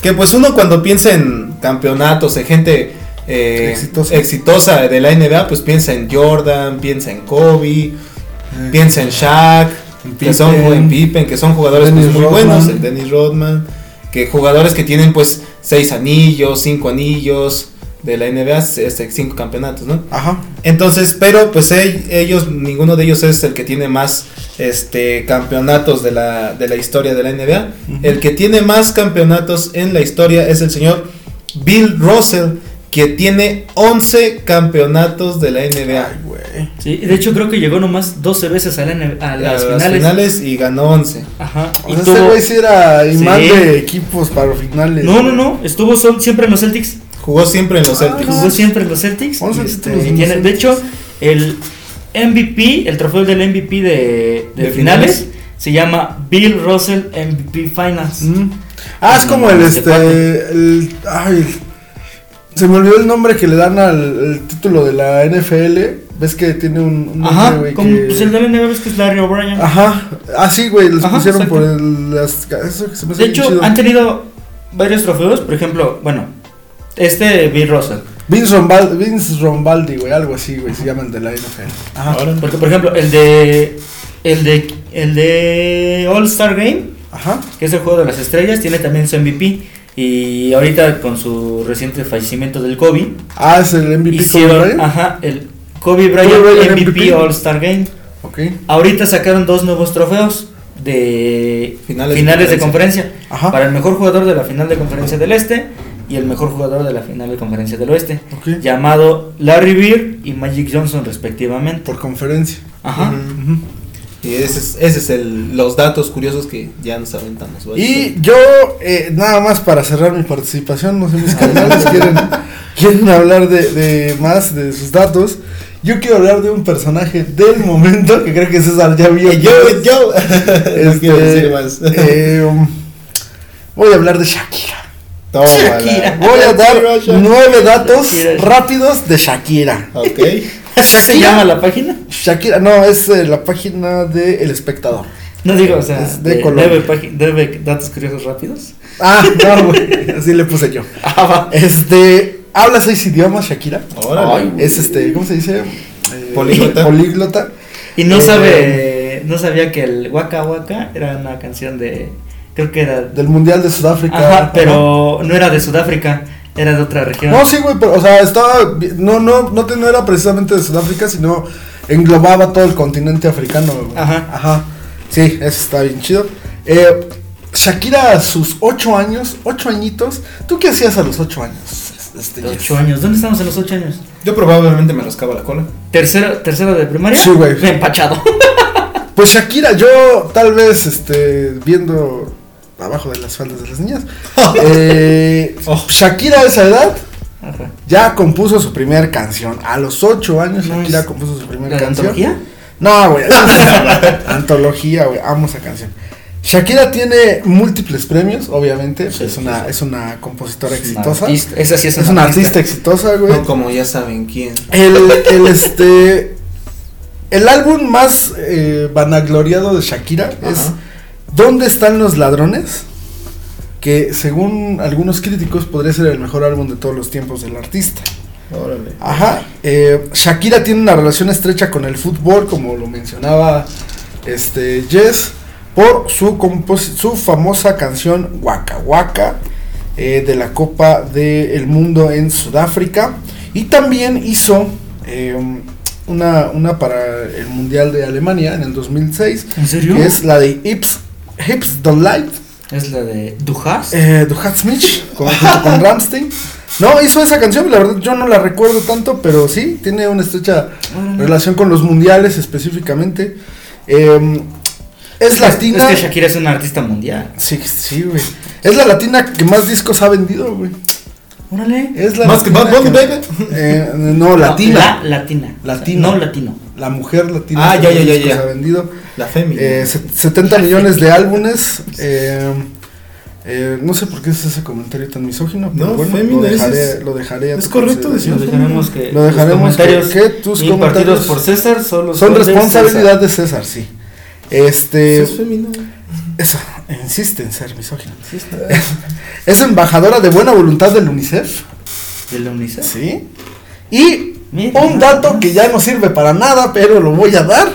Speaker 4: que pues uno cuando piensa en campeonatos, en gente eh,
Speaker 1: Exitosa.
Speaker 4: exitosa de la NBA, pues piensa en Jordan, piensa en Kobe, piensa en Shaq, que son
Speaker 1: Ah. Pippen.
Speaker 4: en Pippen, que son jugadores
Speaker 1: Dennis
Speaker 4: pues, muy
Speaker 1: Rodman.
Speaker 4: buenos, en Dennis Rodman, que jugadores que tienen pues seis anillos, cinco anillos de la NBA, este, cinco campeonatos, ¿no?
Speaker 1: Ajá.
Speaker 4: Entonces, pero pues e- ellos, ninguno de ellos es el que tiene más este campeonatos de la, de la historia de la NBA. El que tiene más campeonatos en la historia es el señor Bill Russell, que tiene 11 campeonatos de la NBA.
Speaker 1: Ay, güey.
Speaker 3: Sí, y de hecho creo que llegó nomás 12 veces a, la N- a
Speaker 4: A
Speaker 3: las finales.
Speaker 4: y ganó 11.
Speaker 3: Ajá.
Speaker 1: O
Speaker 3: Y
Speaker 1: sea,
Speaker 3: tuvo-
Speaker 1: ese güey sí era imán
Speaker 3: Sí.
Speaker 1: de equipos para finales.
Speaker 3: no, no, no. Estuvo son, siempre en los Celtics.
Speaker 4: Jugó siempre en los
Speaker 1: Ah,
Speaker 4: Celtics.
Speaker 3: Jugó siempre en los Celtics.
Speaker 1: Once
Speaker 3: y,
Speaker 1: títulos en
Speaker 3: y
Speaker 1: los
Speaker 3: tiene- de
Speaker 1: Celtics.
Speaker 3: hecho, el MVP, el trofeo del MVP de, de
Speaker 4: ¿De
Speaker 3: finales,
Speaker 4: finales?
Speaker 3: se llama Bill Russell MVP Finals.
Speaker 1: Mm. Ah, es
Speaker 3: No,
Speaker 1: como
Speaker 3: no,
Speaker 1: el
Speaker 3: este
Speaker 1: este.
Speaker 3: cuate.
Speaker 1: el- ay, se me olvidó el nombre que le dan al el título de la NFL. ¿Ves que tiene un, un
Speaker 3: Ajá.
Speaker 1: nombre, güey?
Speaker 3: como,
Speaker 1: que-
Speaker 3: Pues el de la NBA es que es Larry O'Brien.
Speaker 1: Ajá. Ah, sí, güey. Los
Speaker 3: Ajá,
Speaker 1: pusieron
Speaker 3: exacto.
Speaker 1: por el. Las, eso que se me hace
Speaker 3: De
Speaker 1: bien
Speaker 3: hecho,
Speaker 1: chido.
Speaker 3: han tenido varios trofeos. Por ejemplo, bueno, este Bill Russell.
Speaker 1: Vince, Rombal- Vince Rombaldi, güey. Algo así, güey. Se llaman de la NFL.
Speaker 4: Ajá.
Speaker 3: Porque, por ejemplo, el de. El de. El de All Star Game,
Speaker 1: Ajá.
Speaker 3: que es el juego de las estrellas, tiene también su MVP. Y ahorita con su reciente fallecimiento del Kobe,
Speaker 1: Ah, es el MVP Kobe
Speaker 3: hicieron
Speaker 4: ah.
Speaker 1: Bryant?
Speaker 3: ajá, el Kobe Bryant,
Speaker 1: Kobe Bryant
Speaker 3: MVP,
Speaker 1: MVP.
Speaker 3: All Star Game.
Speaker 1: Ok.
Speaker 3: Ahorita sacaron dos nuevos trofeos de
Speaker 4: Finales
Speaker 3: finales,
Speaker 4: de
Speaker 3: de
Speaker 4: conferencia.
Speaker 3: conferencia.
Speaker 1: Ajá.
Speaker 3: Para el mejor jugador de la final de conferencia del Este y el mejor jugador de la final de conferencia del Oeste.
Speaker 1: Ok.
Speaker 3: Llamado Larry Bird y Magic Johnson respectivamente.
Speaker 1: Por conferencia.
Speaker 3: Ajá.
Speaker 4: Ujú. Y ese es, ese es el- los datos curiosos que ya nos aventamos. ¿vale?
Speaker 1: Y yo, eh, nada más para cerrar mi participación, no sé, mis canales quieren, quieren hablar de, de más de sus datos. Yo quiero hablar de un personaje del momento que creo que César ya vio.
Speaker 4: Eh, yo, yo, no quiero decir más.
Speaker 1: Este, eh, um, voy a hablar de Shakira.
Speaker 4: Tómala.
Speaker 3: Shakira.
Speaker 1: Voy a dar
Speaker 4: Shakira.
Speaker 1: nueve datos
Speaker 3: Shakira.
Speaker 1: rápidos de Shakira.
Speaker 4: Ok.
Speaker 3: ¿Así se llama la página?
Speaker 1: Shakira, no, es eh, la página de El Espectador.
Speaker 3: No digo, o sea,
Speaker 1: Es de
Speaker 3: de-
Speaker 1: Colombia.
Speaker 3: debe pagi- debe datos curiosos rápidos.
Speaker 1: Ah, no, güey, así le puse yo. Este, habla seis idiomas, Shakira.
Speaker 4: Órale.
Speaker 1: Es este, ¿cómo se dice? Eh,
Speaker 4: Políglota.
Speaker 1: políglota.
Speaker 3: Y no
Speaker 1: Eh,
Speaker 3: sabe, no sabía que el Waka Waka era una canción de, creo que era,
Speaker 1: Del Mundial de Sudáfrica.
Speaker 3: ajá, pero no era de Sudáfrica, era de otra región.
Speaker 1: No, sí, güey, pero, o sea, estaba. bi- No, no, no, te- no era precisamente de Sudáfrica, sino englobaba todo el continente africano, güey.
Speaker 3: Ajá.
Speaker 1: Ajá. Sí, eso está bien chido. Eh, Shakira a sus ocho años, ocho añitos. ¿Tú qué hacías a los ocho años? Este,
Speaker 3: De ocho años, ¿dónde estamos a los ocho años?
Speaker 4: Yo probablemente me rascaba la cola.
Speaker 3: Tercero, tercero de primaria.
Speaker 1: Sí, güey.
Speaker 3: Me he Empachado.
Speaker 1: Pues Shakira, yo tal vez este, viendo abajo de las faldas de las niñas. eh,
Speaker 4: Oh.
Speaker 1: Shakira a esa edad
Speaker 3: Ajá.
Speaker 1: ya compuso su primer canción. A los 8 años
Speaker 3: No,
Speaker 1: Shakira
Speaker 3: es-
Speaker 1: compuso su primera
Speaker 3: ¿La de
Speaker 1: canción.
Speaker 3: antología?
Speaker 1: No, güey. antología, güey. Amo esa canción. Shakira tiene múltiples premios, obviamente.
Speaker 3: Sí,
Speaker 1: es, una,
Speaker 3: sí,
Speaker 1: es una compositora
Speaker 3: Es una
Speaker 1: exitosa.
Speaker 3: artista- Esa sí es,
Speaker 1: Es una artista exitosa, güey.
Speaker 4: No como ya saben quién.
Speaker 1: El, el, este. El álbum más eh, vanagloriado de Shakira es
Speaker 4: Ajá.
Speaker 1: ¿Dónde están los ladrones? Que según algunos críticos podría ser el mejor álbum de todos los tiempos del artista.
Speaker 5: Órale.
Speaker 1: Ajá. eh, Shakira tiene una relación estrecha con el fútbol, como lo mencionaba este Jess, por su, compos- su famosa canción Waka Waka eh, de la Copa del Mundo en Sudáfrica. Y también hizo eh, una, una para el Mundial de Alemania en el 2006,
Speaker 5: ¿En serio?
Speaker 1: que es la de Hips, Hips Don't Light.
Speaker 3: Es la de Dujas.
Speaker 1: Eh, Duhat Smith con, junto con Ramstein. No, hizo esa canción, la verdad yo no la recuerdo tanto, pero sí, tiene una estrecha relación con los mundiales específicamente. Eh, es latina.
Speaker 5: Es que Shakira es una artista mundial.
Speaker 1: Sí, sí, güey. Es la latina que más discos ha vendido, güey.
Speaker 5: Órale.
Speaker 1: Es la
Speaker 4: Más que
Speaker 1: latina
Speaker 4: Bad Bunny, baby.
Speaker 1: eh, no, latina.
Speaker 5: No, la latina.
Speaker 1: Latina.
Speaker 5: No latino.
Speaker 1: la, mujer latina
Speaker 4: Ah,
Speaker 1: que
Speaker 4: ya,
Speaker 1: más
Speaker 4: ya, ya,
Speaker 1: discos
Speaker 4: ya.
Speaker 1: ha vendido.
Speaker 4: La Femi.
Speaker 1: Eh, se- 70 millones de álbumes. eh, eh, no sé por qué es ese comentario tan misógino, pero
Speaker 4: No,
Speaker 1: bueno,
Speaker 4: fémina,
Speaker 1: lo
Speaker 4: ese
Speaker 1: dejaré,
Speaker 4: es-
Speaker 1: lo dejaré a
Speaker 4: es
Speaker 1: tu
Speaker 4: correcto
Speaker 1: consideración.
Speaker 4: decir.
Speaker 3: Lo dejaremos que.
Speaker 1: Lo dejaremos
Speaker 3: los
Speaker 1: que,
Speaker 3: comentarios
Speaker 1: que tus
Speaker 3: impartidos
Speaker 1: comentarios
Speaker 3: por César solo
Speaker 1: son
Speaker 3: de
Speaker 1: responsabilidad de César, sí. Este,
Speaker 4: Sos fémina.
Speaker 1: eso, insiste en ser misógino. Es embajadora de buena voluntad del UNICEF,
Speaker 3: César. Del UNICEF.
Speaker 1: sí. Y
Speaker 3: Mira.
Speaker 1: un dato que ya no sirve para nada, pero lo voy a dar.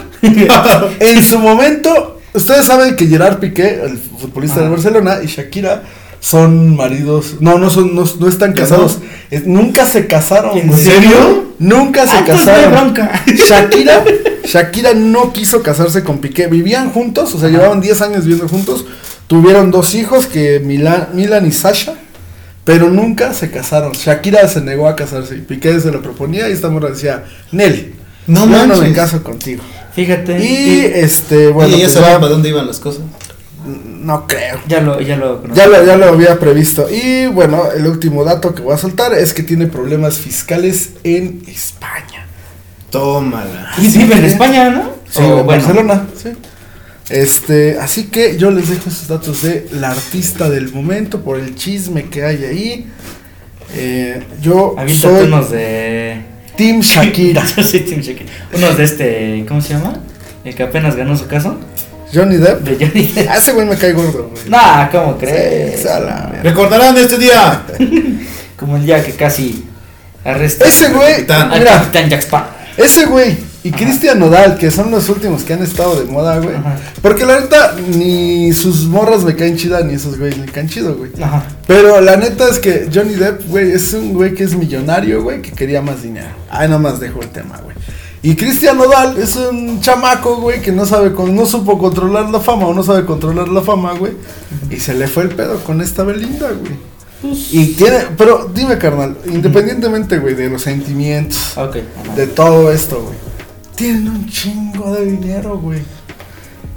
Speaker 1: En su momento, ustedes saben que Gerard Piqué, el futbolista de
Speaker 3: Ajá.
Speaker 1: Barcelona, y Shakira son maridos. No, no son, no, no están
Speaker 4: ¿Ya
Speaker 1: casados. Eh, Nunca se casaron.
Speaker 3: ¿En
Speaker 1: güey.
Speaker 3: serio?
Speaker 1: Nunca se
Speaker 3: Ah, entonces no hay
Speaker 1: casaron.
Speaker 3: bronca.
Speaker 1: Shakira, Shakira no quiso casarse con Piqué. Vivían juntos, o sea, llevaban 10 años viviendo juntos. Tuvieron dos hijos que Milan, Milan y Sasha. Pero nunca se casaron. Shakira se negó a casarse. y Piqué se lo proponía y esta morra decía, Nelly,
Speaker 4: No
Speaker 1: yo no me
Speaker 4: manches.
Speaker 1: caso contigo.
Speaker 3: Fíjate.
Speaker 1: Y este, bueno,
Speaker 4: y ella
Speaker 1: pues
Speaker 4: sabía
Speaker 1: ya-
Speaker 4: para dónde iban las cosas.
Speaker 1: no creo.
Speaker 3: Ya lo, ya lo conocí.
Speaker 1: Ya lo, ya lo había previsto. Y bueno, el último dato que voy a soltar es que tiene problemas fiscales en España.
Speaker 4: Tómala.
Speaker 3: Y vive en España, ¿no?
Speaker 1: Sí,
Speaker 3: O,
Speaker 1: en Barcelona, sí. Este, así que yo les dejo esos datos de la artista del momento por el chisme que hay ahí. Eh, yo
Speaker 3: Aviéntate
Speaker 1: soy
Speaker 3: unos de.
Speaker 1: Team Shakira.
Speaker 3: Yo soy Team Shakira. Unos de este. ¿Cómo se llama? El que apenas ganó su caso.
Speaker 1: Johnny Depp.
Speaker 3: De Johnny Depp.
Speaker 1: Ah, ese güey me cae gordo, güey.
Speaker 3: Nah, ¿cómo crees?
Speaker 1: Sí, a la verga.
Speaker 4: Recordarán este día.
Speaker 3: Como el día que casi arresta
Speaker 1: Ese güey,
Speaker 4: Capitán.
Speaker 3: al
Speaker 1: mira,
Speaker 3: capitán Jack Sparrow.
Speaker 1: Ese güey y Cristian Nodal, que son los últimos que han estado de moda, güey.
Speaker 3: Ajá.
Speaker 1: Porque la neta, ni sus morras me caen chidas, ni esos güeyes me caen chido, güey.
Speaker 3: Ajá.
Speaker 1: Pero la neta es que Johnny Depp, güey, es un güey que es millonario, güey, que quería más dinero. Ay, nomás dejo el tema, güey. Y Cristian Nodal es un chamaco, güey, que no sabe, con, no supo controlar la fama o no sabe controlar la fama, güey. Y se le fue el pedo con esta Belinda, güey. Y tiene, pero dime, carnal, independientemente, güey, de los sentimientos,
Speaker 3: Ah, Ok.
Speaker 1: de todo esto, güey. Tienen un chingo de dinero, güey.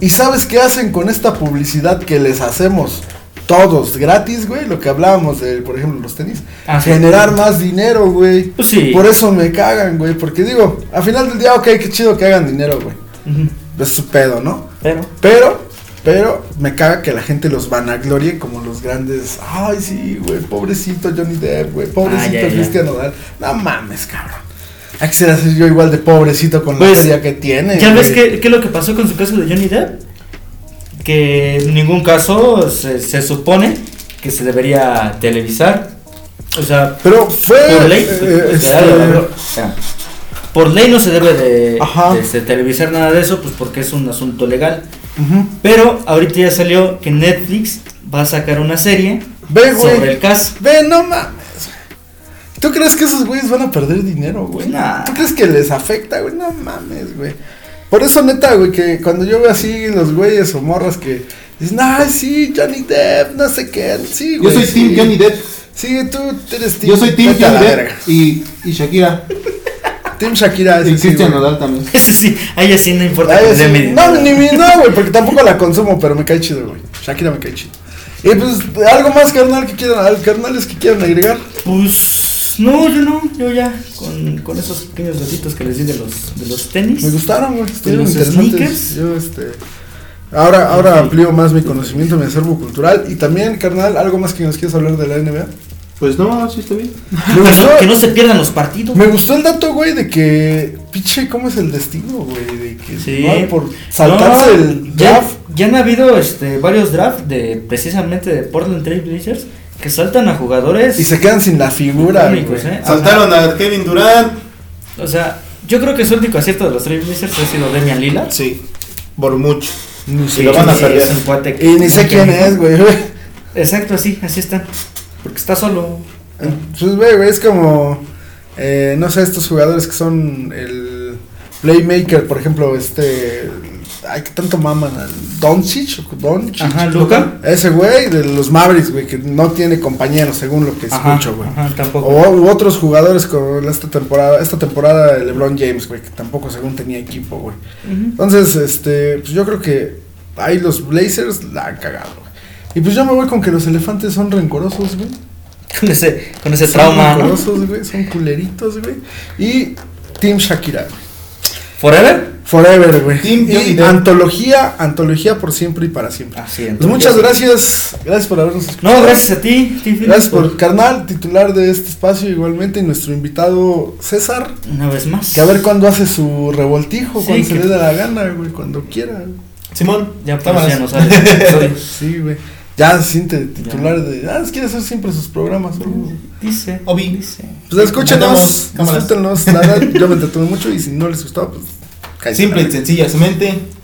Speaker 1: ¿Y sabes qué hacen con esta publicidad que les hacemos todos gratis, güey? Lo que hablábamos de, por ejemplo, los tenis.
Speaker 3: Ah, sí.
Speaker 1: Generar más dinero, güey.
Speaker 3: Pues sí.
Speaker 1: Por eso me cagan, güey. Porque digo, al final del día, ok, qué chido que hagan dinero, güey.
Speaker 3: Ujú.
Speaker 1: Es su pedo, ¿no?
Speaker 3: Pero.
Speaker 1: e- Pero, pero me caga que la gente los vanaglorie como los grandes. Ay, sí, güey, pobrecito Johnny Depp, güey, pobrecito
Speaker 3: Ah, ya, ya.
Speaker 1: Cristian Nodal. No mames, cabrón. Ah, quisiera ser yo igual de pobrecito con la
Speaker 3: Pues,
Speaker 1: feria que tiene.
Speaker 3: ¿Ya ves
Speaker 1: güey.
Speaker 3: qué, qué es lo que pasó con su caso de Johnny Depp? Que en ningún caso se, se supone que se debería televisar. O sea,
Speaker 1: Pero fue.
Speaker 3: por ley. pues,
Speaker 1: eh,
Speaker 3: te da la
Speaker 1: este,
Speaker 3: palabra. O sea, por ley no se debe de,
Speaker 1: Ajá.
Speaker 3: de, este, televisar nada de eso, pues porque es un asunto legal.
Speaker 1: ujú.
Speaker 3: Pero ahorita ya salió que Netflix va a sacar una serie
Speaker 1: Ve, Eh, güey.
Speaker 3: sobre el caso.
Speaker 1: Ve, no mames. güey. ¿Tú crees que esos güeyes van a perder dinero, güey?
Speaker 3: Nah.
Speaker 1: ¿Tú crees que les afecta, güey? No mames, güey. Por eso, neta, güey, que cuando yo veo así los güeyes o morras que dicen, ay, sí, Johnny Depp, no sé qué. Sí,
Speaker 4: Yo
Speaker 1: güey.
Speaker 4: soy
Speaker 1: sí.
Speaker 4: Team Johnny Depp.
Speaker 1: Sí, tú eres Team
Speaker 4: Yo soy Team
Speaker 1: vete a
Speaker 4: Johnny
Speaker 1: la
Speaker 4: Depp.
Speaker 1: verga.
Speaker 4: Y, y Shakira.
Speaker 1: Team Shakira. ese
Speaker 4: Y
Speaker 1: sí,
Speaker 4: Cristian
Speaker 1: güey.
Speaker 4: Nodal también.
Speaker 3: Ese sí, a ella sí no importa
Speaker 1: Ay,
Speaker 3: que
Speaker 1: sí.
Speaker 3: le den
Speaker 1: No,
Speaker 3: medida.
Speaker 1: ni mi, no, güey, porque tampoco la consumo, pero me cae chido, güey. Shakira me cae chido. Y pues, algo más, carnal, que quieran, carnales que quieran agregar.
Speaker 3: Pues no, yo no, yo ya con, con esos pequeños datitos que les di de los, de los tenis.
Speaker 1: Me gustaron, güey. Estuvieron
Speaker 3: Pues los
Speaker 1: interesantes.
Speaker 3: sneakers?
Speaker 1: Yo, este. Ahora, ahora
Speaker 3: Ok.
Speaker 1: amplío más mi conocimiento, mi acervo cultural. Y también, carnal, algo más que nos quieras hablar de la NBA.
Speaker 4: Pues no, sí está bien.
Speaker 1: Me
Speaker 3: Pero
Speaker 1: gustó,
Speaker 3: que no se pierdan los partidos.
Speaker 1: me gustó el dato, güey, de que. Piche, ¿cómo es el destino, güey? De que
Speaker 3: Sí.
Speaker 1: no hay por saltarse
Speaker 3: No,
Speaker 1: el
Speaker 3: ya,
Speaker 1: draft.
Speaker 3: ya han habido este, varios drafts de precisamente de Portland Trail Blazers que saltan a jugadores.
Speaker 1: Y se quedan sin la figura, güey.
Speaker 3: Icónicos, ¿eh?
Speaker 4: Saltaron a Kevin Durant.
Speaker 3: O sea, yo creo que el único acierto de los Trailblazers ha sido Damian Lillard.
Speaker 4: Sí, por mucho.
Speaker 1: Ni
Speaker 4: Y lo van a
Speaker 3: Sí,
Speaker 4: perder.
Speaker 3: es un cuate que-
Speaker 1: Y ni sé quién es, güey.
Speaker 3: Exacto, así, así está. Porque está solo.
Speaker 1: Pues, güey, güey, es como. eh, no sé, estos jugadores que son el Playmaker, por ejemplo, este. Ay, que tanto maman al Doncic o Doncic.
Speaker 3: Ajá, Luca.
Speaker 1: Ese güey de los Mavericks, güey, que no tiene compañeros, según lo que
Speaker 3: Ajá,
Speaker 1: escucho, güey. Oh.
Speaker 3: Ajá, tampoco.
Speaker 1: O u otros jugadores con esta temporada, esta temporada de LeBron James, güey, que tampoco según tenía equipo, güey.
Speaker 3: Ujú.
Speaker 1: Entonces, este, pues yo creo que ahí los Blazers la han cagado, güey. Y pues yo me voy con que los elefantes son rencorosos, güey.
Speaker 3: Con ese, con ese
Speaker 1: Son
Speaker 3: trauma, ¿no?
Speaker 1: rencorosos, güey, son culeritos, güey. Y Team Shakira, güey.
Speaker 3: ¿Forever?
Speaker 1: Forever, güey.
Speaker 4: Team Johnny
Speaker 1: Y
Speaker 4: Depp.
Speaker 1: antología, antología por siempre y para siempre.
Speaker 3: Así
Speaker 1: Pues muchas gracias, gracias por habernos escuchado.
Speaker 3: No, gracias a ti, Tiffany.
Speaker 1: Gracias por carnal, titular de este espacio igualmente, y nuestro invitado César,
Speaker 3: Una vez más.
Speaker 1: que a ver cuándo hace su revoltijo,
Speaker 3: Sí,
Speaker 1: cuando se
Speaker 3: que-
Speaker 1: le dé la gana, güey, cuando quiera.
Speaker 4: Simón,
Speaker 3: Ya, pues,
Speaker 4: cámaras.
Speaker 3: ya no sale el episodio.
Speaker 1: Sí, güey. Ya se siente titular de. Ah, quiere hacer siempre sus programas, güey.
Speaker 3: Dice.
Speaker 4: Obi.
Speaker 3: Dice.
Speaker 1: Pues
Speaker 4: Mandamos
Speaker 1: escúchenos,
Speaker 4: cámaras.
Speaker 1: disfrútenos, la verdad, yo me entretuve mucho y si no les gustaba, pues. cállate,
Speaker 4: Simple
Speaker 1: la
Speaker 4: y sencillamente,